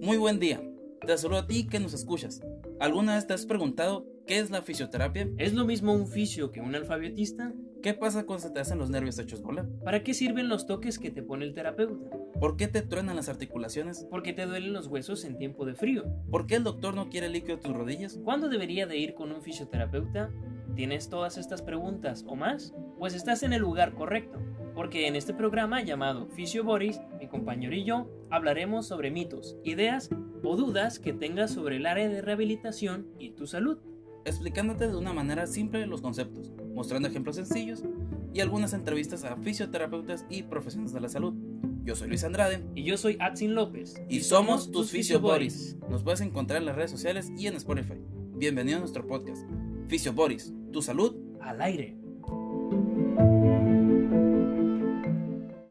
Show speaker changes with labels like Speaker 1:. Speaker 1: Muy buen día. Te saludo a ti que nos escuchas. ¿Alguna vez te has preguntado qué es la fisioterapia?
Speaker 2: ¿Es lo mismo un fisio que un alfabetista?
Speaker 1: ¿Qué pasa cuando se te hacen los nervios hechos bola?
Speaker 2: ¿Para qué sirven los toques que te pone el terapeuta?
Speaker 1: ¿Por qué te truenan las articulaciones?
Speaker 2: ¿Por qué te duelen los huesos en tiempo de frío?
Speaker 1: ¿Por qué el doctor no quiere líquido de tus rodillas?
Speaker 2: ¿Cuándo debería de ir con un fisioterapeuta? ¿Tienes todas estas preguntas o más? Pues estás en el lugar correcto, porque en este programa llamado Fisio Boris, mi compañero y yo hablaremos sobre mitos, ideas o dudas que tengas sobre el área de rehabilitación y tu salud,
Speaker 1: explicándote de una manera simple los conceptos, mostrando ejemplos sencillos y algunas entrevistas a fisioterapeutas y profesionales de la salud. Yo soy Luis Andrade
Speaker 2: y yo soy Atsin López
Speaker 1: y, somos tus Fisio Boris. Nos puedes encontrar en las redes sociales y en Spotify. Bienvenido a nuestro podcast. Fisio Boris, tu salud
Speaker 2: al aire.